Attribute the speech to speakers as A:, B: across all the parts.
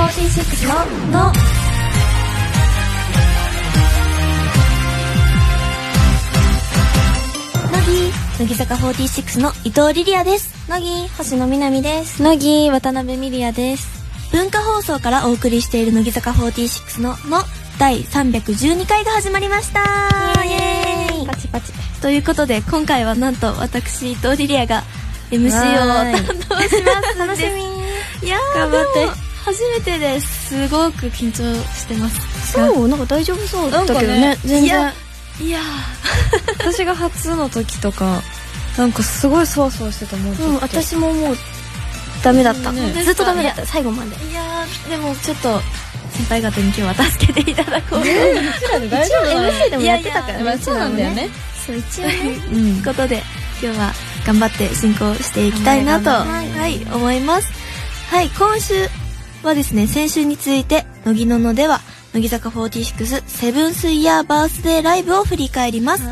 A: 96のの乃木乃木坂46の伊藤リリアです乃木星野みなみです乃木渡辺美里也です文化放送からお送りしている乃木坂46のの第312回が始まりましたイエーイ
B: パチパチ
A: ということで今回はなんと私伊藤リリアが MC を
B: わーい
A: 担当します
B: 楽しみ
A: みいやー
B: 頑張って
A: でも初めてですすごく緊張してます
B: そうなんか大丈夫そうだったけどね
A: なんかね
B: 全
A: いや
B: 然
A: いや
B: 私が初の時とかなんかすごいそわそわしてたもん
A: ーうん
B: 私
A: 私ももう
B: ダメだった、
A: ね
B: ずっとダメだった最後まで
A: いやーでもちょっと先輩方に今日は助けていただこうと
B: 大丈夫 MC でもやってたから
A: いやいやまあ
B: そうなんだよね
A: そう一応ね
B: うん
A: ということで今日は頑張って進行していきたいなと、
B: 頑張
A: はい思いますはい今週はですね先週に続いて「乃木のの」では乃木坂46セブンスイヤーバースデーライブを振り返ります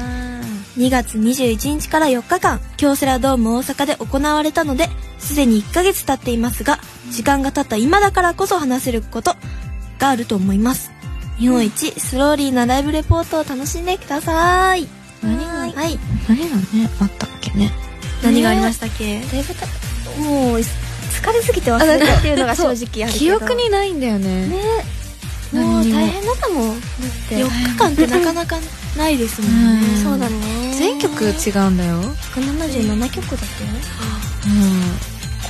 A: 2月21日から4日間京セラドーム大阪で行われたのですでに1ヶ月経っていますが時間が経った今だからこそ話せることがあると思います日本一スローリーなライブレポートを楽しんでください
B: 何
A: は
B: が
A: いはい
B: 何がねあったっけね
A: 何がありましたっけ、
B: だいぶたもう疲れすぎて忘れたっていうのが正直あるけど記憶にないんだよね
A: ね
B: も
A: も
B: う
A: う
B: 大
A: 大
B: 変だったもんだって
A: 4日間ってなかなかないですもんね
B: うん
A: そうだね
B: ね全曲違うんだよ
A: 177曲だったよ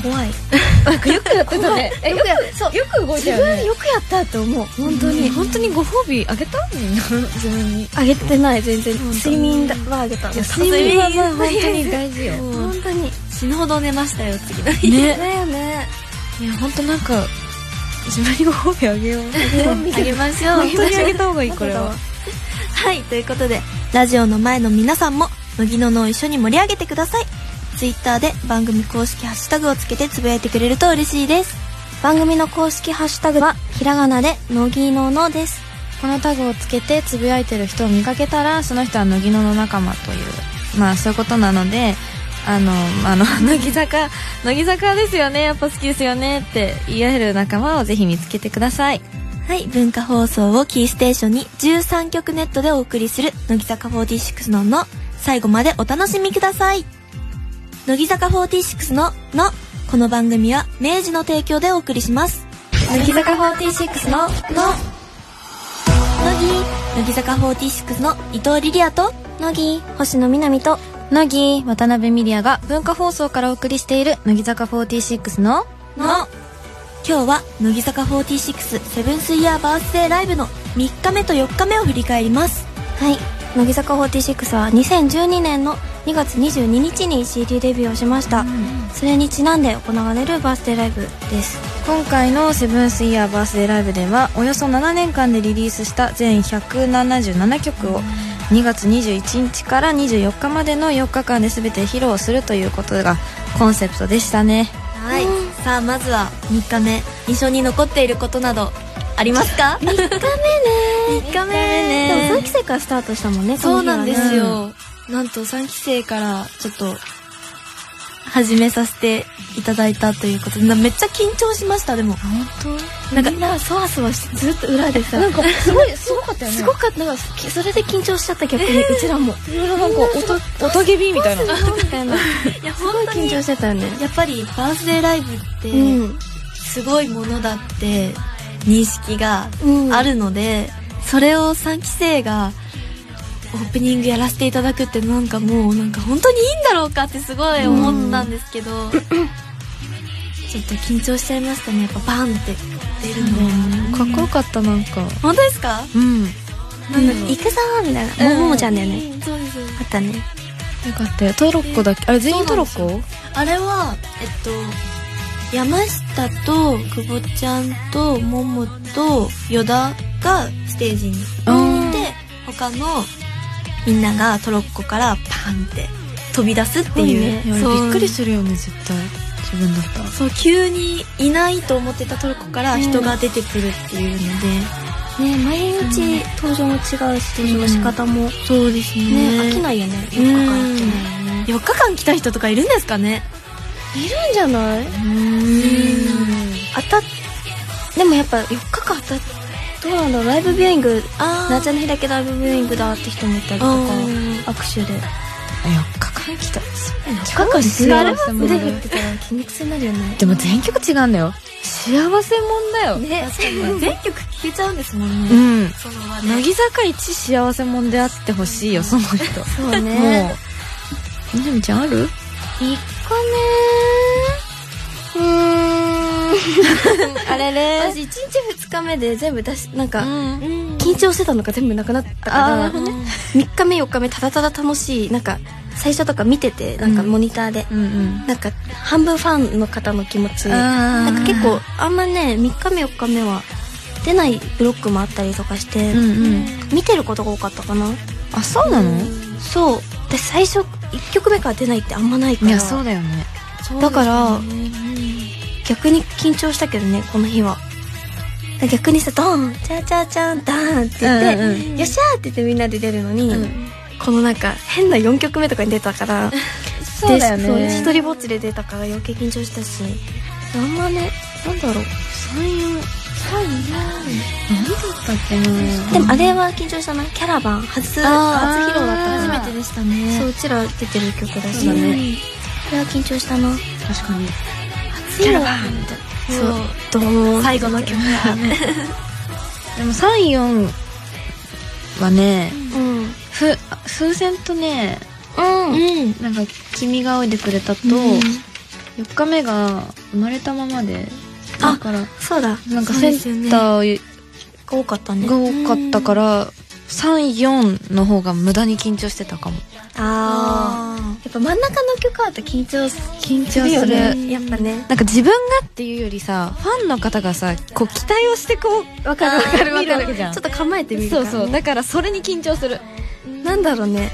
A: 怖い
B: よくやってたねえよくやそうよく動いたよね
A: よくやったって思う
B: 本当に本当にご褒美あげたみんな自分に
A: 上げてない全然
B: 睡眠だ
A: は上げた
B: いや睡眠はまあ本当に大事よ
A: 本当に死ぬほど寝ましたよ次の日
B: ね
A: だよね
B: いや本当なんか自分にご褒美あげよう
A: あげましょう
B: 本当にあげた方がいいこれは
A: はいということでラジオの前の皆さんも乃木ののを一緒に盛り上げてくださいツイッターで番組公式ハッシュタグをつけてつぶやいてくれると嬉しいです番組の公式ハッシュタグはひらがなで乃木ののです
B: このタグをつけてつぶやいてる人を見かけたらその人は乃木野の仲間というまあそういうことなのであのあの 乃木坂乃木坂ですよねやっぱ好きですよねって言い合える仲間をぜひ見つけてください
A: はい文化放送をキーステーションに13曲ネットでお送りする乃木坂46のの最後までお楽しみください乃木坂46ののこの番組は明治の提供でお送りします乃木坂46のの乃木乃木坂46の伊藤リリアと乃木星野みなみと
B: 乃木渡辺美里也が文化放送からお送りしている乃木坂46の
A: の今日は乃木坂46セブンスイヤーバースデーライブの3日目と4日目を振り返りますはい乃木坂46は2012年の2月22日に CD デビューをしました、それにちなんで行われるバースデーライブです
B: 今回のセブンスイヤーバースデーライブではおよそ7年間でリリースした全177曲を2月21日から24日までの4日間で全て披露するということがコンセプトでしたね
A: はい、さあまずは3日目印象に残っていることなどありますか3日目ね3日目ね
C: でも3期生からスタートしたもんね
A: そうなんですすよ、なんと3期生からちょっと始めさせていただいたということでなめっちゃ緊張しましたでも
B: 本
A: なんか
C: みんなそわそわしてずっと裏でさ
B: なんかすごいすごかったよね
C: すごかったなんかきそれで緊張しちゃった逆にうちらも
B: なんか音音ゲビみた いな
C: みたいなす
A: いや
C: ごい緊張してたよね
A: やっぱりバースデーライブって、
C: うん
A: すごいものだって認識が
C: うん
A: あるので、それを3期生がオープニングやらせていただくってなんかもうなんか本当にいいんだろうかってすごい思ったんですけど、ちょっと緊張しちゃいましたねやっぱバンって出るのは、
B: かっこよかったなんか
A: 本当ですか
B: うんよ
C: なんだっけ行くぞーみたいなもももちゃんだよね
A: うんそうです
C: あったね
B: かったよトロッコだっけあれ全員トロッ
A: そう
B: コ
A: あれはえっと山下と久保ちゃんとももと依田がステージに
B: うん
A: 行って他のみんながトロッコからパンって飛び出すっていう
B: いやあれ
A: そう
B: びっくりするよね絶対自分だったら
A: そう急にいないと思ってたトロッコから人が出てくるっていうので、
C: ね毎日登場も違うし登場の仕方もね
A: そうです
C: 飽きないよね4日間行ってないよね
A: 4日間来た人とかいるんですかね
C: いるんじゃない
B: うん
C: 当たっ
A: でもやっぱ4日間たどうなんだろうライブビューイング
C: あー
A: 夏の日だけライブビューイングだって人もいたりとか
C: あー
A: 握手で
B: 4日間来た
A: 4日間
B: 幸せ者
A: 腕振ってたら筋肉痛になるよね
B: でも全曲違うんだよ幸せもんだよ、
A: ね
C: 確かに全曲聴けちゃうんですもん
B: う
C: ね、
B: ん
C: その場
B: 乃木坂一幸せもんであってほしいよその人
A: そうね
B: もうみなみちゃんある
A: 1個ねうーん あれれ私1日2日目で全部出しなんか、
B: ん
C: うん
A: 緊張してたのが全部なくなったから、
B: あー
A: 3日目4日目ただただ楽しいなんか最初とか見ててなんか
B: うん
A: モニターで、
B: うんうん
A: なんか半分ファンの方の気持ちな
B: なん
A: か結構あんまね3日目4日目は出ないブロックもあったりとかして、
B: うんうん
A: 見てることが多かったかな
B: あそうなの、
A: そうで最初1曲目から出ないってあんまないか
B: い
A: ら
B: やそうだよね
A: だから逆に緊張したけどねこの日は逆にさドンチャーチャーチャンダーンって言って、
B: うんうん
A: よっしゃーって言ってみんなで出るのに、このなんか変な4曲目とかに出たから
B: そうだよね
A: でそう一人ぼっちで出たから余計緊張したしあんまねなんだろう
B: 何だったっけな
A: でもあれは緊張したなキャラバン初初披露
B: あー
A: だったから
C: 初めてでしたね
A: そううちら出てる曲だし
B: そうだね
A: これは緊張したな
B: 確かに
A: キャラバンみたいなそうドーン
C: 最後の曲はね
B: でも34はね
A: うんうん
B: ふ風船とね
C: うん
B: なんか「君がおいでくれた」と4日目が生まれたままで
A: あ
B: だから
A: そうだ
B: なんか
C: そう
B: セ
C: ですよね
B: ンター
A: 多かったね
B: が多かったから34の方が無駄に緊張してたかも
A: あ
C: あ
A: ーやっぱ真ん中の曲あると緊張す緊
B: 張する
A: やっぱね
B: なんか自分がっていうよりさファンの方がさこう期待をしてこう
A: わかるわかるわ
B: 見る
A: か
B: わ
A: る
B: けじ
A: ちょ
B: ゃん
A: っと構えてみる
B: そ
A: から
B: う
A: ね
B: そうだからそれに緊張する
A: なんだろうね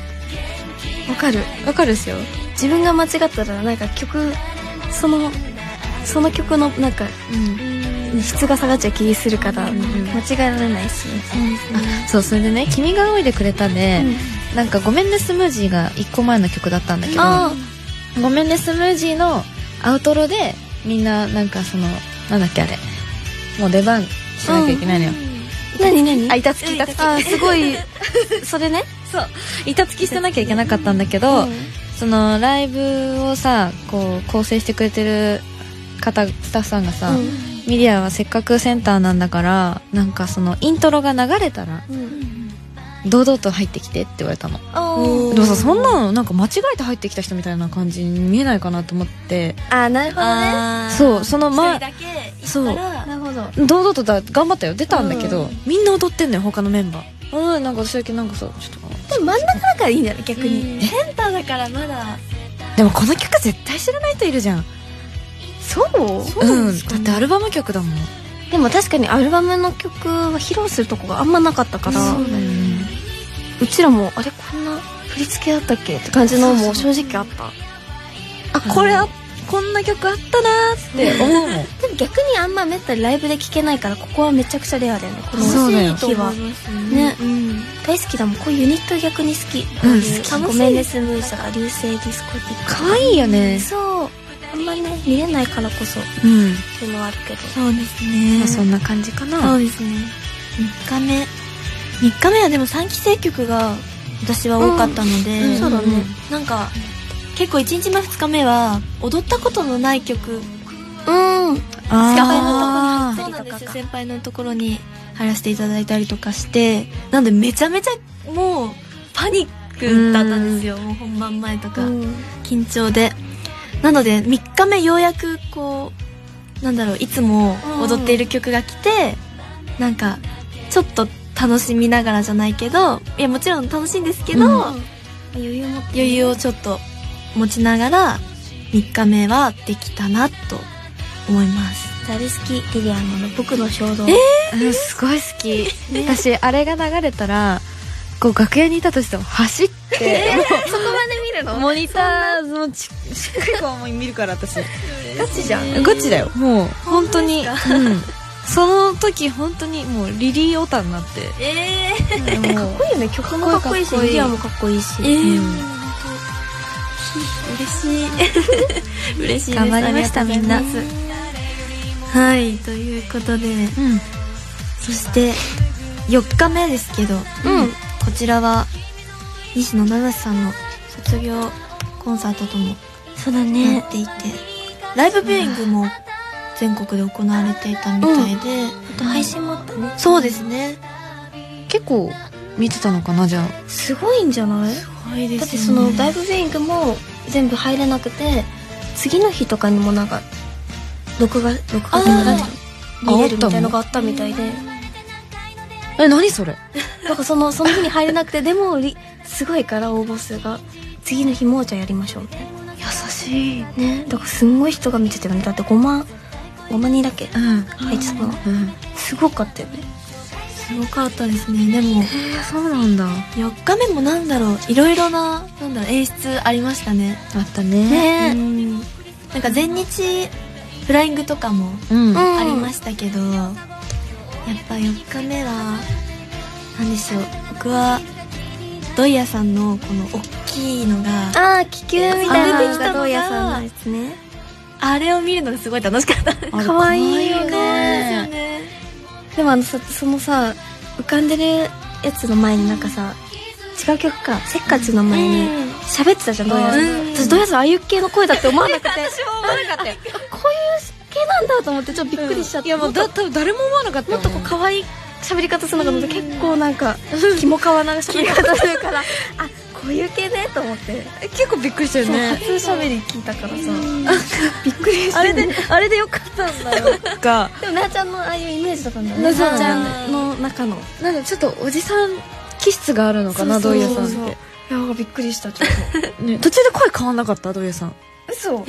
A: わかる
B: わかるっすよ
A: 自分が間違ったらなんか曲そのその曲のなんか
B: うん
A: 質が下がっちゃう気にするか
B: ん
A: ら
B: うん
A: 間違えられないし
B: そうそれでね「君がおいでくれたで」なんか「ごめんねスムージー」が1個前の曲だったんだけど
A: あ
B: ごめんねスムージーのアウトロでみんななんかそのなんだっけあれもう出番しなきゃいけないのよ、
A: 何何
B: あ板つき板つき
A: あーす ごいそれね
B: そう板つきしてなきゃいけなかったんだけど、そのライブをさこう構成してくれてる方スタッフさんがさ、
A: うん
B: ミディアはせっかくセンターなんだからなんかそのイントロが流れたら堂々と入ってきてって言われたの
A: おー
B: でもさそんなのなんか間違えて入ってきた人みたいな感じに見えないかなと思って
A: あーなるほどね
C: あ
B: そうその前
C: 一人だけ
B: そう
C: 行ったら
A: なるほど
B: 堂々とだ頑張ったよ出たんだけど、
A: う
B: みんな踊ってんのよ他のメンバーうんなんか私だけなんかさちょっと
A: でも真ん中だからいいんじゃない逆に
C: センターだからまだ
B: でもこの曲絶対知らない人いるじゃん
A: そう
B: うんだってアルバム曲だもん
A: でも確かにアルバムの曲は披露するとこがあんまなかったから
C: そうだよね
A: うちらもあれこんな振り付けだったっけって感じのもう正直あった
B: あこれあこんな曲あったなーって思うもん
A: でも逆にあんまめったにライブで聴けないからここはめちゃくちゃレアだよねこの
B: そうだよ
A: 日はね
C: ねうん
A: 大好きだもんこういうユニット逆に好き、
B: うん
C: 好
A: ご
C: き
A: めんねスムーズとか流星ディスコティック
B: 可愛いよね
A: そうあんまね見れないからこそっ
B: うん、
A: ていうのはあるけど
C: そうですね
B: まあ、そんな感じか
C: そ
B: な
C: うですね3日目3日目はでも3期生曲が私は多かったので、
A: うんそうだね
C: なんか結構1日目2日目は踊ったことのない曲
A: うん
C: 先輩
B: あ
C: のところに入
A: ー
C: ったりとかそうなんですよ先輩のところに入らせていただいたりとかしてなんでめちゃめちゃもうパニックだったんですよ、もう本番前とか、緊張でなので3日目ようやくこうなんだろういつも踊っている曲が来て、なんかちょっと楽しみながらじゃないけどいやもちろん楽しいんですけど、
B: うん
A: 余裕持って
C: 余裕をちょっと持ちながら3日目はできたなと思います
A: 大好きリリアンの僕の衝 動
B: うんすごい好き、私あれが流れたらこう楽屋にいたとしても走 って、
A: そこまで見るの
B: モニターのちしっかりこうもう見るから私
A: ガチじゃん
B: ガチだよもう本当にうんその時本当にもうリリーオタになって
C: ええ
B: もう
A: かっこいいよね曲もかっこいいし
B: かっこいい
A: リリアもかっこいいし
C: えー
B: うん
C: もう本当ひ嬉しい嬉しいです
B: 頑張りました
C: あがとうございます
B: みん
C: はいということで
B: うん
C: そして4日目ですけど、
B: うん
C: こちらは西野七瀬さんの卒業コンサートとも
A: そうだ
C: な
A: ね
C: っていて、ライブビューイングも全国で行われていたみたいで、
A: あと配信もあったね
C: そうですね
B: 結構見てたのかなじゃあ
A: すごいんじゃない
C: いで
A: だってそのライブビューイングも全部入れなくて次の日とかにもなんか録画録画っていうかなんていうの
B: あー
A: 見れるみたいのがあったみたいで
B: え何それ
A: なんかそのその日に入れなくてでもりすごいから応募数が次の日もうじゃあやりましょうみたいな
C: 優しい
A: ねだからすんごい人が見てたよねだって5万5万人だっけ
B: うん
A: 入ってたの
B: うん
A: すごかったよね
C: すごかったですねで
B: え
C: も
B: ー、そうなんだあ
C: 4日目もなんだろういろいろななんだろう演出ありましたね
B: ったね
A: ね
C: うんなんか全日フライングとかも
B: うん
A: うん
C: ありましたけど、やっぱ4日目は何でしょう僕はドイヤさんのこの大きいのがあ
A: ああ気球みたい
B: あ
A: な
B: 出
A: の
B: てき
C: たのが
A: がどうやさんのやつね
C: れを見るのがすごい楽しかった
B: あれ
A: かわいいよね
B: かわいい
C: ね
A: でもあのさそのさ浮かんでるやつの前になんかさ違う曲かせっかちの前に喋ってたじゃんどうやさ
C: うん
A: ん私どうやさんああいう系の声だって思わなくて
B: 思わなかったよ
A: こういう系なんだと思ってちょっとびっくりしちゃった、
B: いやもうだ多分誰も思わなかった
A: も
B: よ
A: っとこう可愛い喋り方す るのかと思って結構なんかキモかわな喋り方するからあこういう系ねと思って、
B: え結構びっくりしたよ
A: そう
B: ね
A: 初喋り聞いたからさ びっくりして
B: あれであれでよかったんだよか
A: でもなあちゃんのああいうイメージだったんだよね
B: なあち
A: な
B: ゃん
A: あちゃんの中の
B: なんでちょっとおじさん気質があるのかな
A: そ
B: ど
A: う
B: う
A: そ
B: や
A: う
B: さ
A: そ
B: ん
A: う
B: って
A: いやびっくりしたちょっ
B: ね途中で声変わんなかったどうやさん
A: と嘘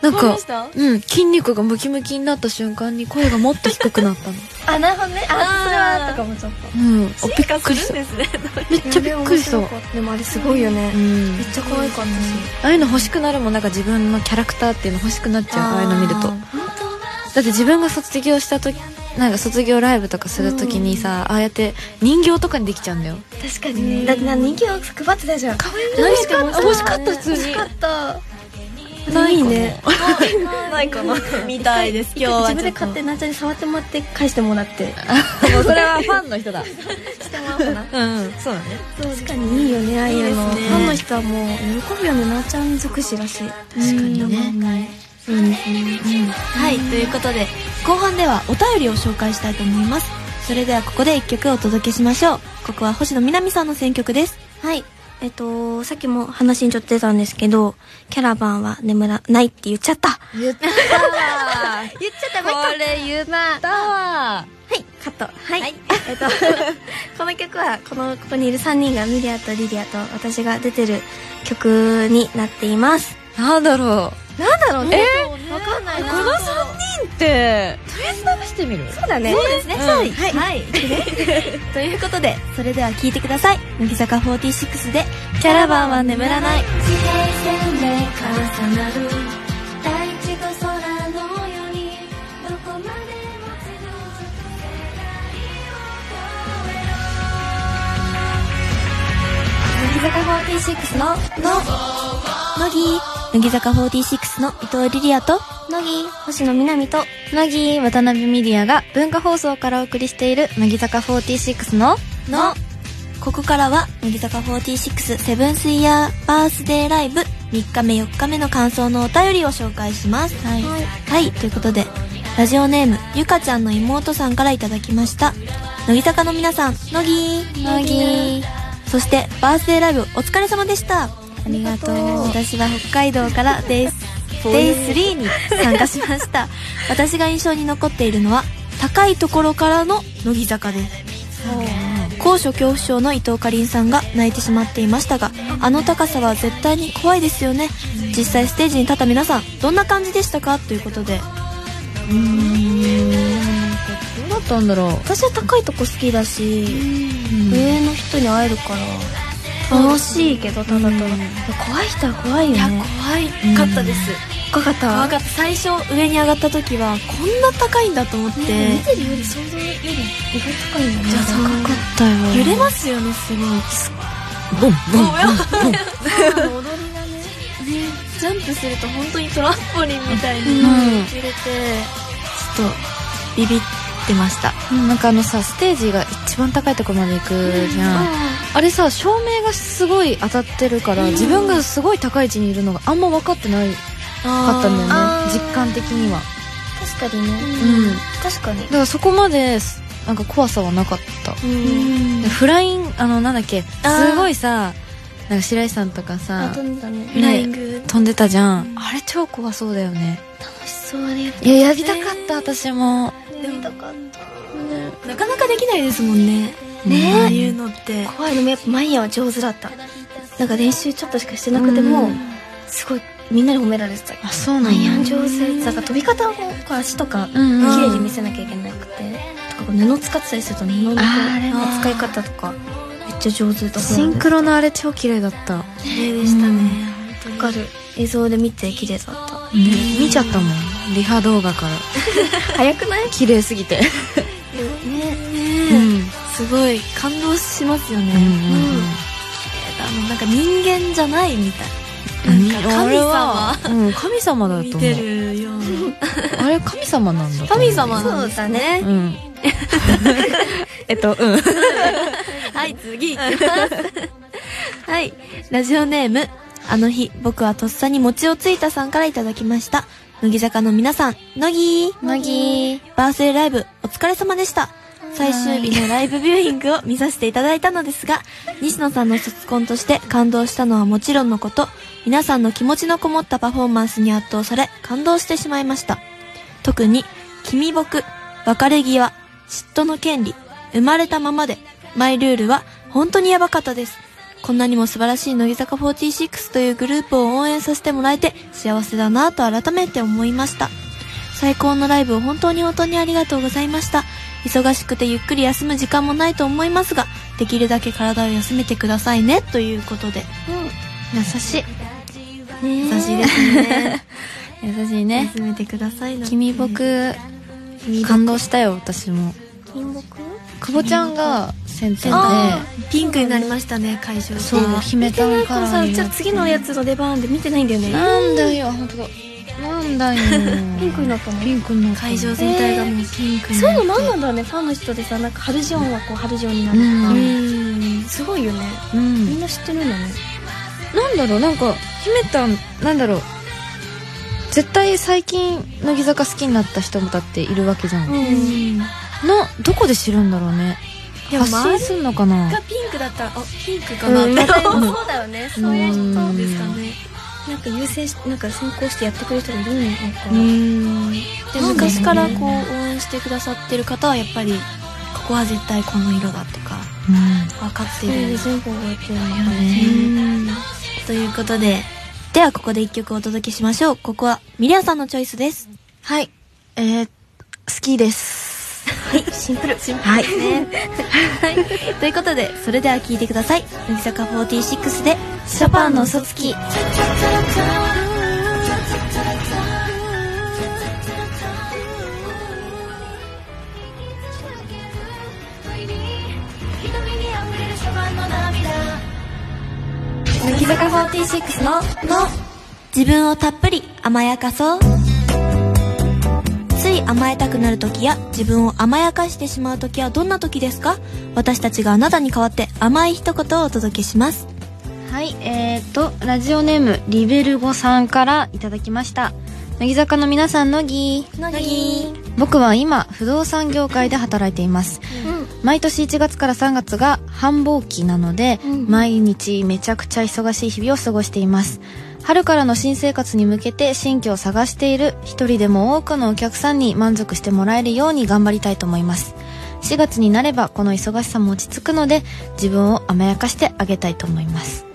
B: なん
C: 変わり
B: か
C: ました
B: うん筋肉がムキムキになった瞬間に声がもっと低くなったの
A: あなるほどねあそれ
C: あー
A: はとかもちょっと
B: うんあびっ
C: 化
B: くりした
C: ですね
B: めっちゃびっくりした
A: いやでも面白かたでもあれすごいよね、
B: うん
A: めっちゃ可愛かったし
B: ああいうの欲しくなるもんなんか自分のキャラクターっていうの欲しくなっちゃうああいうの見るとだって自分が卒業した時なんか卒業ライブとかする時にさ、ああやって人形とかにできちゃうんだよ
A: 確かにねだってな人気を配ってたじゃん可愛い
B: 欲しかった欲しかった普通に
A: 欲しかった
B: ないかも
A: ね
C: ないか なみたいです今日は
A: 自分で買ってなっちゃんに触ってもらって返してもらって
B: もうそれはファンの人だ
A: してもらおうかな
B: うんそうだね
A: 確かにいいよねああいうの
C: いいですね
A: ファンの人はもう喜ぶよねなあちゃん尽くしらしい
B: 確かにね
C: ねそうですね、はいということで後半ではお便りを紹介したいと思いますそれではここで一曲お届けしましょうここは星野みなみさんの選曲です
A: はいえっとさっきも話にちょっと出たんですけどキャラバンは眠らないって言っちゃった
B: 言ったわ
A: 言っちゃった
B: これ言ったわ
A: はい、カット。はい。えっ と、この曲は、この、ここにいる3人がミリアとリリアと私が出てる曲になっています。
B: なんだろ
A: なんだろうね。
B: え
A: わかんな
B: う
A: い
B: こ
A: な。
B: の3人ってとりあえず流してみる
A: そうだね。
C: そうですね、はい、はい、 ということでそれでは聴いてください乃木坂46で「キャラバンは眠らない」
A: の、の、
C: 乃木乃木坂46の伊藤リリアと
A: 乃木、星野みなみと、
B: 乃木渡辺ミリアが文化放送からお送りしている乃木坂46の
C: のここからは乃木坂46セブンスイヤーバースデーライブ3日目4日目の感想のお便りを紹介しますはい、はい、ということでラジオネームゆかちゃんの妹さんからいただきました乃木坂の皆さん乃木
B: 乃木
C: そしてバースデーライブお疲れ様でしたありがとう私は北海道からデイス デイ3に参加しました私が印象に残っているのは高いところからの乃木坂です高所恐怖症の伊藤かりんさんが泣いてしまっていましたがあの高さは絶対に怖いですよね実際ステージに立った皆さんどんな感じでしたかということで
B: どうだったんだろう
A: 私は高いとこ好きだし、
B: え
A: 上の人に会えるから、楽しいけど、ただただ。怖い人は怖いよね。
C: 怖かったです
A: 怖かった
C: 怖
A: わ。
C: かった最初上に上がった時はこんな高いんだと思って
A: ね見てるより想像より意外と高いんだね。
B: 高かったよ
C: 揺れますよねすご
B: ボ
C: い
B: ンボン
A: 踊りがね。
C: ジャンプすると本当にトランポリンみたいに
B: うん
C: 揺れてょっとビビってました
B: うんなんかあのさステージが一番高いとこまで行くじゃん、あれさ照明がすごい当たってるから、自分がすごい高い位置にいるのがあんま分かってないかったんだよね
A: あー
B: 実感的には
A: 確かにね、
B: うん
A: 確かに
B: だからそこまですなんか怖さはなかった、
A: うん
B: でフラインあのなんだっけ
C: あー
B: すごいさなんか白石さんとか
A: あ
B: さ
A: 飛んだね
C: フライング
B: 飛んでたじゃんあれ超怖そうだよね
A: 楽しそうでや
B: いややりたかった私も
A: りたかった、
C: なかなかできないですもんね
B: ね
C: ああいうのって
A: 怖いのもやっぱマイヤは上手だったなんか練習ちょっとしかしてなくて
B: う
A: も、
B: ん
A: すごいみんなに褒められてた
B: あそうな
A: マ
B: ん
A: イヤ
B: や
A: 上手だから飛び方をこう足とか綺
B: うんうん
A: 麗に見せなきゃいけなくて、とかこう布使ってたりすると布のこう
B: あーあれね
A: 使い方とかめっちゃ上手だった
B: シンクロのあれ超綺麗だった
C: 綺麗でしたね、本
A: わ
C: 当
A: か
C: に
A: る映像で見て綺麗だった
B: ね見ちゃったもんリハ動画から
A: 早くない
B: 綺麗すぎて
A: ね
B: うん
C: ねえすごい感動しますよね、
B: うんうんうん
C: あのなんか人間じゃないみたいなんか
B: 俺はうん神様だと
C: 見
B: 思
C: て
B: う
C: るような
B: あれ神様なんだと思う
C: 神様なんですね
B: うん えっとうん
C: はい次 行きますはいラジオネームあの日僕はとっさに餅をついたさんからいただきました乃木坂の皆さん乃木
B: 乃木
C: バースデーライブお疲れ様でした最終日のライブビューイングを見させていただいたのですが西野さんの卒コンとして感動したのはもちろんのこと皆さんの気持ちのこもったパフォーマンスに圧倒され感動してしまいました特に「君僕」「別れ際」「嫉妬の権利」「生まれたままで」「マイルール」は本当にやばかったですこんなにも素晴らしい乃木坂46というグループを応援させてもらえて幸せだなぁと改めて思いました最高のライブを本当に本当にありがとうございました忙しくてゆっくり休む時間もないと思いますができるだけ体を休めてくださいねということで
B: 優しい
C: 優しいですね
B: 優しいね
C: 休めてくださいな
B: 君僕感動したよ私も
A: 金木
B: 久保ちゃんが先手で
C: あーピンクになりましたね会場
B: そう姫
A: 見て
B: た
A: ない
B: ん
A: か
B: から
A: さ
B: ら
A: じゃあ次のやつの出番で見てないんだよね
B: なんだよ本当だなんだよ
A: ピンクになったの
B: ピンクになった
C: 会場全体がもうピンクに
A: そうい
C: な
A: う
C: っ
A: の
C: て
A: 何なんだろうねファンの人でさなんか春ジオンはこう春ジオンになる
B: う
A: と
C: うん
A: かすごいよね
B: うん
A: みんな知ってるんだね
B: なんだろうなんか姫たんなんだろう絶対最近乃木坂好きになった人もだっているわけじゃん、
C: うん
B: などこで知るんだろうね
C: いや
B: 発信すんのかな
C: がピンクだったらあピンクかなって
A: そうだよねそういう人
C: 思うんですかね
A: なんか優先しなんか先行してやってくれる人がいるのか
B: う
A: な、
B: んなんだろう
C: で
B: ね
C: 昔からこう応援してくださってる方はやっぱりここは絶対この色だとか分かっている
A: 全部覚えてるのか
C: うんということでではここで一曲お届けしましょうここはミリアさんのチョイスです
B: はいえー、好きです
A: はいシンプルシンプル
B: はい
C: ということでそれでは聴いてください乃木坂46で「ショパンの嘘つき」
A: 乃木坂46の
C: の自分をたっぷり甘やかそうつい甘えたくなる時や自分を甘やかしてしまう時はどんな時ですか私たちがあなたに代わって甘い一言をお届けします
B: はい、えー、と、ラジオネーム、リベルゴさんからいただきました。乃木坂の皆さん、乃木。
C: 乃
B: 僕は今、不動産業界で働いています。毎年1月から3月が繁忙期なので、
A: うん
B: 毎日めちゃくちゃ忙しい日々を過ごしています。春からの新生活に向けて新居を探している一人でも多くのお客さんに満足してもらえるように頑張りたいと思います。4月になればこの忙しさも落ち着くので自分を甘やかしてあげたいと思います。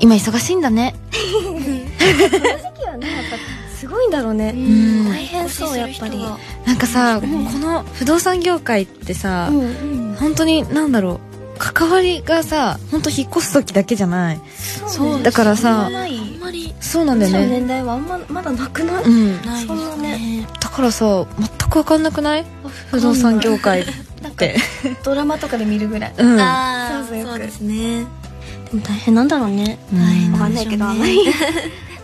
B: 今忙しいんだね。
A: 時はねやっぱすごいんだろうね、
B: ん
A: 大変そうやっぱり
B: なんかさ、この不動産業界ってさ、
A: ん
B: 本当になんだろう関わりがさ本当引っ越す時だけじゃない
A: そう
B: だからさ
A: そんなない
C: あんまり
B: そうなんだ
A: 私
B: よ
A: の
B: ね
A: 年代はあんままだなくない、
B: うんだ
C: ないですね
B: からさ全く分かんなくない不動産業界 っ
A: なんか
B: て
A: ドラマとかで見るぐらいで
B: うん
C: ああ
A: そうそう
C: そう
A: よ
C: で
A: く
C: すね
A: も大変なんだろうね
B: うん
C: 大変
A: わかんないけどあんまり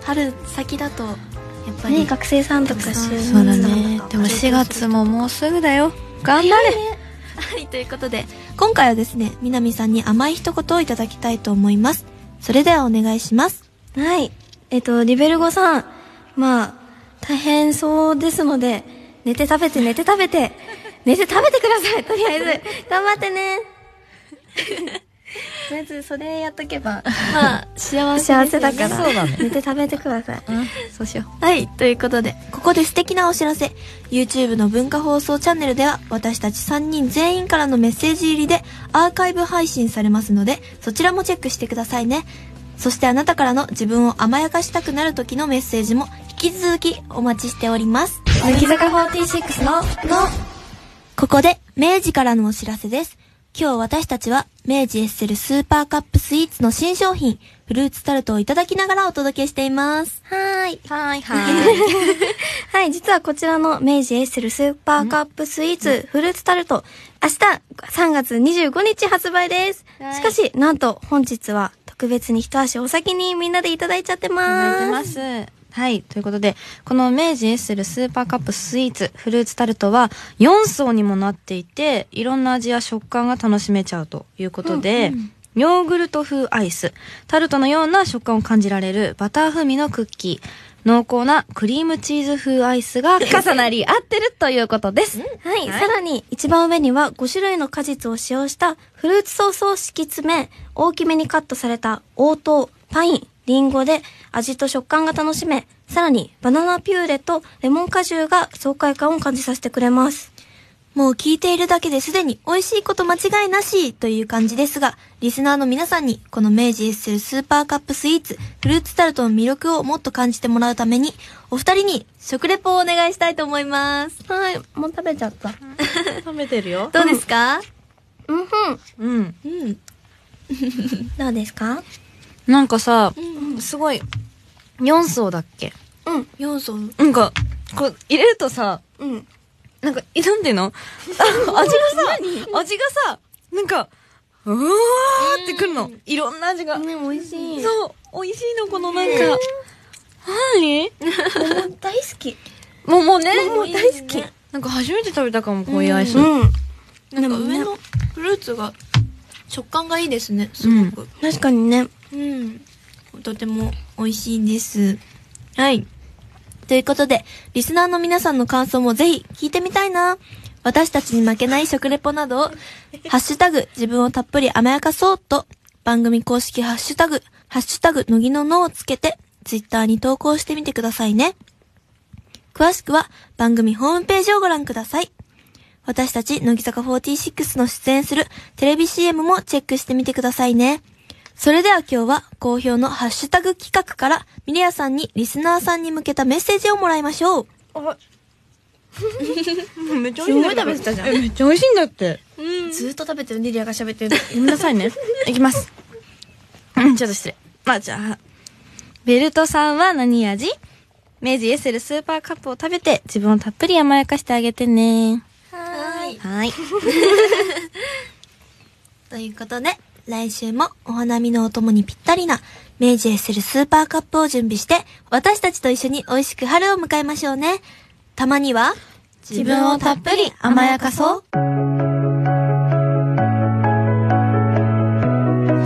C: 春先だとやっぱり、
A: ね学生さんとか
C: そう
A: 就活
B: そうだ
A: さんと
B: ね
A: か
B: でも4月ももうすぐだよ頑張れ
C: はい、ということで、今回はですね、南さんに甘い一言をいただきたいと思います。それではお願いします。
A: はい。えっと、リベルゴさん、まあ、大変そうですので、寝て食べて寝て食べて、寝て食べてください、とりあえず。頑張ってね。とりあえず、それやっとけば、
C: まあ、幸せ
A: 幸せだから、
B: そうだね
A: 寝て食べてください。
B: うんそうしよう
C: はい、ということで、ここで素敵なお知らせ。YouTube の文化放送チャンネルでは、私たち3人全員からのメッセージ入りで、アーカイブ配信されますので、そちらもチェックしてくださいね。そしてあなたからの自分を甘やかしたくなる時のメッセージも、引き続きお待ちしております。
A: 乃木坂46の、の、
C: ここで、明治からのお知らせです。今日私たちは、明治エッセルスーパーカップスイーツの新商品、フルーツタルトをいただきながらお届けしています。
A: はーい。
B: はい はい
A: はい、実はこちらの明治エッセルスーパーカップスイーツフルーツタルト、明日3月25日発売です。
B: はい
A: しかし、なんと本日は特別に一足お先にみんなでいただいちゃって
B: いただいて
A: ま。
B: ますすはいということでこの明治エッセルスーパーカップスイーツフルーツタルトは4層にもなっていていろんな味や食感が楽しめちゃうということで、ヨーグルト風アイスタルトのような食感を感じられるバター風味のクッキー濃厚なクリームチーズ風アイス が重なり合ってるということです。
A: はい、さらに一番上には5種類の果実を使用したフルーツソースを敷き詰め、大きめにカットされた応答、パイン、リンゴで味と食感が楽しめ、さらにバナナピューレとレモン果汁が爽快感を感じさせてくれます。
C: もう聞いているだけですでに美味しいこと間違いなしという感じですが、リスナーの皆さんにこの明治エッセルスーパーカップスイーツ、フルーツタルトの魅力をもっと感じてもらうために、お二人に食レポをお願いしたいと思います。
A: はい、もう食べちゃった。
B: 食べてるよ。
C: どうですか、
A: うんふん。
B: うん。
C: うん、
A: どうですか
B: なんかさ、すごい、4層だっけ
A: うん。
C: 要素
B: なんか、こう、入れるとさ、
A: うん。
B: なんか、えなんていう のあ味がさ、味がさ、なんか、うわーってくるの。いろんな味が。
A: ね、美味しい。
B: そう、美味しいの、このなんか。何
A: 大好き。
B: もうもうね。
A: 桃大好き。
B: なんか初めて食べたかも、こういうアイス。
A: うん。
C: なん
A: ね
C: か上のフルーツが食感がいいですね、すごく。
A: 確かにね。
C: うん。とても美味しいんです。はい。ということで、リスナーの皆さんの感想もぜひ聞いてみたいな。私たちに負けない食レポな どを、ハッシュタグ、自分をたっぷり甘やかそうと、番組公式ハッシュタグ、ハッシュタグ、のぎののをつけて、ツイッターに投稿してみてくださいね。詳しくは、番組ホームページをご覧ください。私たち、乃木坂46の出演するテレビ CM もチェックしてみてくださいね。それでは今日は好評のハッシュタグ企画からミレアさんにリスナーさんに向けたメッセージをもらいましょう。
B: めっちゃ美味しいんだけど。
A: すごい食べてたじゃん
B: えめっちゃ美味しいんだって。
A: ずーっと食べてるね、リアが喋ってる。
B: ごめんなさいね。いきます。うん、ちょっと失礼。まあ、じゃあ。ベルトさんは何味明治エッセルスーパーカップを食べて自分をたっぷり甘やかしてあげてね。
A: はーい。
B: はい。
C: ということで、来週もお花見のお供にぴったりな明治エッセルスーパーカップを準備して私たちと一緒に美味しく春を迎えましょうね。たまには。
B: 自分をたっぷり甘やかそう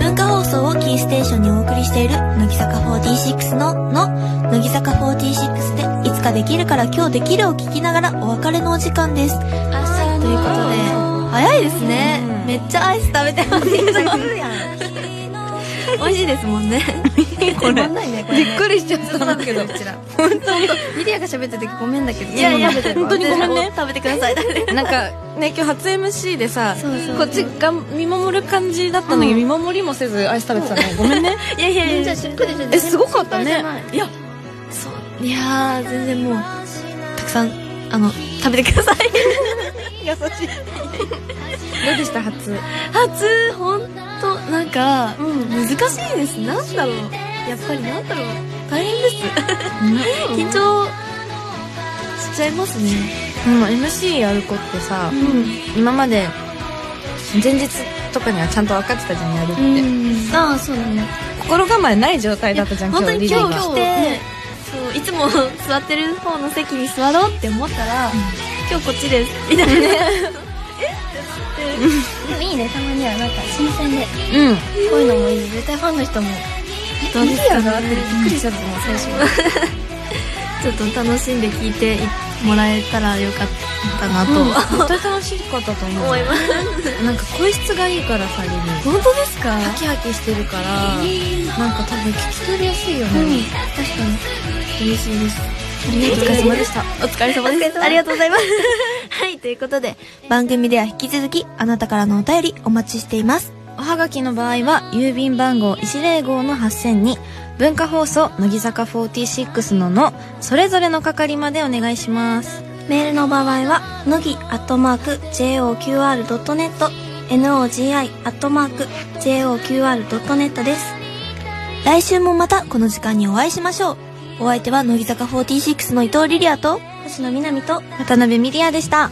C: 文化放送をキーステーションにお送りしている乃木坂46のの乃木坂46でいつかできるから今日できるを聞きながらお別れのお時間です。はい、ということで早いですね
B: う。ん
C: めっちゃアイス食べてますけど。美味しいですもんね。
B: これ。
A: ないね、こ
B: びっくりしちゃったんだけど。
A: 本当ミリアが喋っててごめんだけど。いやいや、
B: 本当にごめんね。
C: 食べてください。
B: なんかね今日初 MC でさ
A: そうそう
B: こっちが見守る感じだったのに、見守りもせずアイス食べてたねごめん ね
C: いやいやいや。
A: しっくりして
B: えすごかったね
C: いや、そう。いやー、全然もう、たくさん、あの、食べてください。
B: 優しいどうでした初
C: 初、ほんと、なんか、
A: うん。
C: 難しいです。なんだろう。やっぱりなんだろう。大変です。緊張しちゃいますね。
B: うん、MC やる子ってさ、今まで前日とかにはちゃんと分かってたじゃんやるって、
C: ん。ああ、そうだね。
B: 心構えない状態だったじゃん
C: 本当に
B: リリー
C: 今
B: が
C: 日来て、
A: そういつも座ってる方の席に座ろうって思ったら、今日こっちですみ たいなね
C: でもいいねたまにはなんか新鮮で
B: うん
C: こういうのもいい絶対ファンの人も
A: どうですかね
C: びっくりしたと思う最初
A: ちょっと楽しんで聞いてもらえたらよかったな
B: 絶
A: と、
B: 対楽しかったと思う
A: 思います
B: なんか声質がいいからさリリー
A: 本当ですか
B: ハキハキしてるからなんか多分聞き取りやすいよね、
A: 確かに嬉しいです
B: お疲れ様でした
A: お疲れ様です。ありがとうございます。はい、ということで、番組では引き続き、あなたからのお便りお待ちしています。
B: おはがきの場合は、郵便番号105の8000に、文化放送、乃木坂46のの、それぞれの係までお願いします。
C: メールの場合は、のぎアットマーク JOQR.net、NOGI アットマーク JOQR.net です。
A: 来週もまたこの時間にお会いしましょう。お相手は乃木坂46の伊藤リリアと、
C: 星野みなみと、
B: 渡辺美里也でした。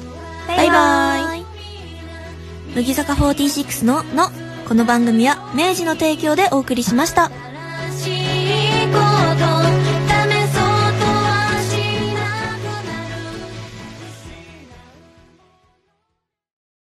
A: バイバ
C: イ。
A: 乃木坂46のの、この番組は明治の提供でお送りしました。
D: 「しいこと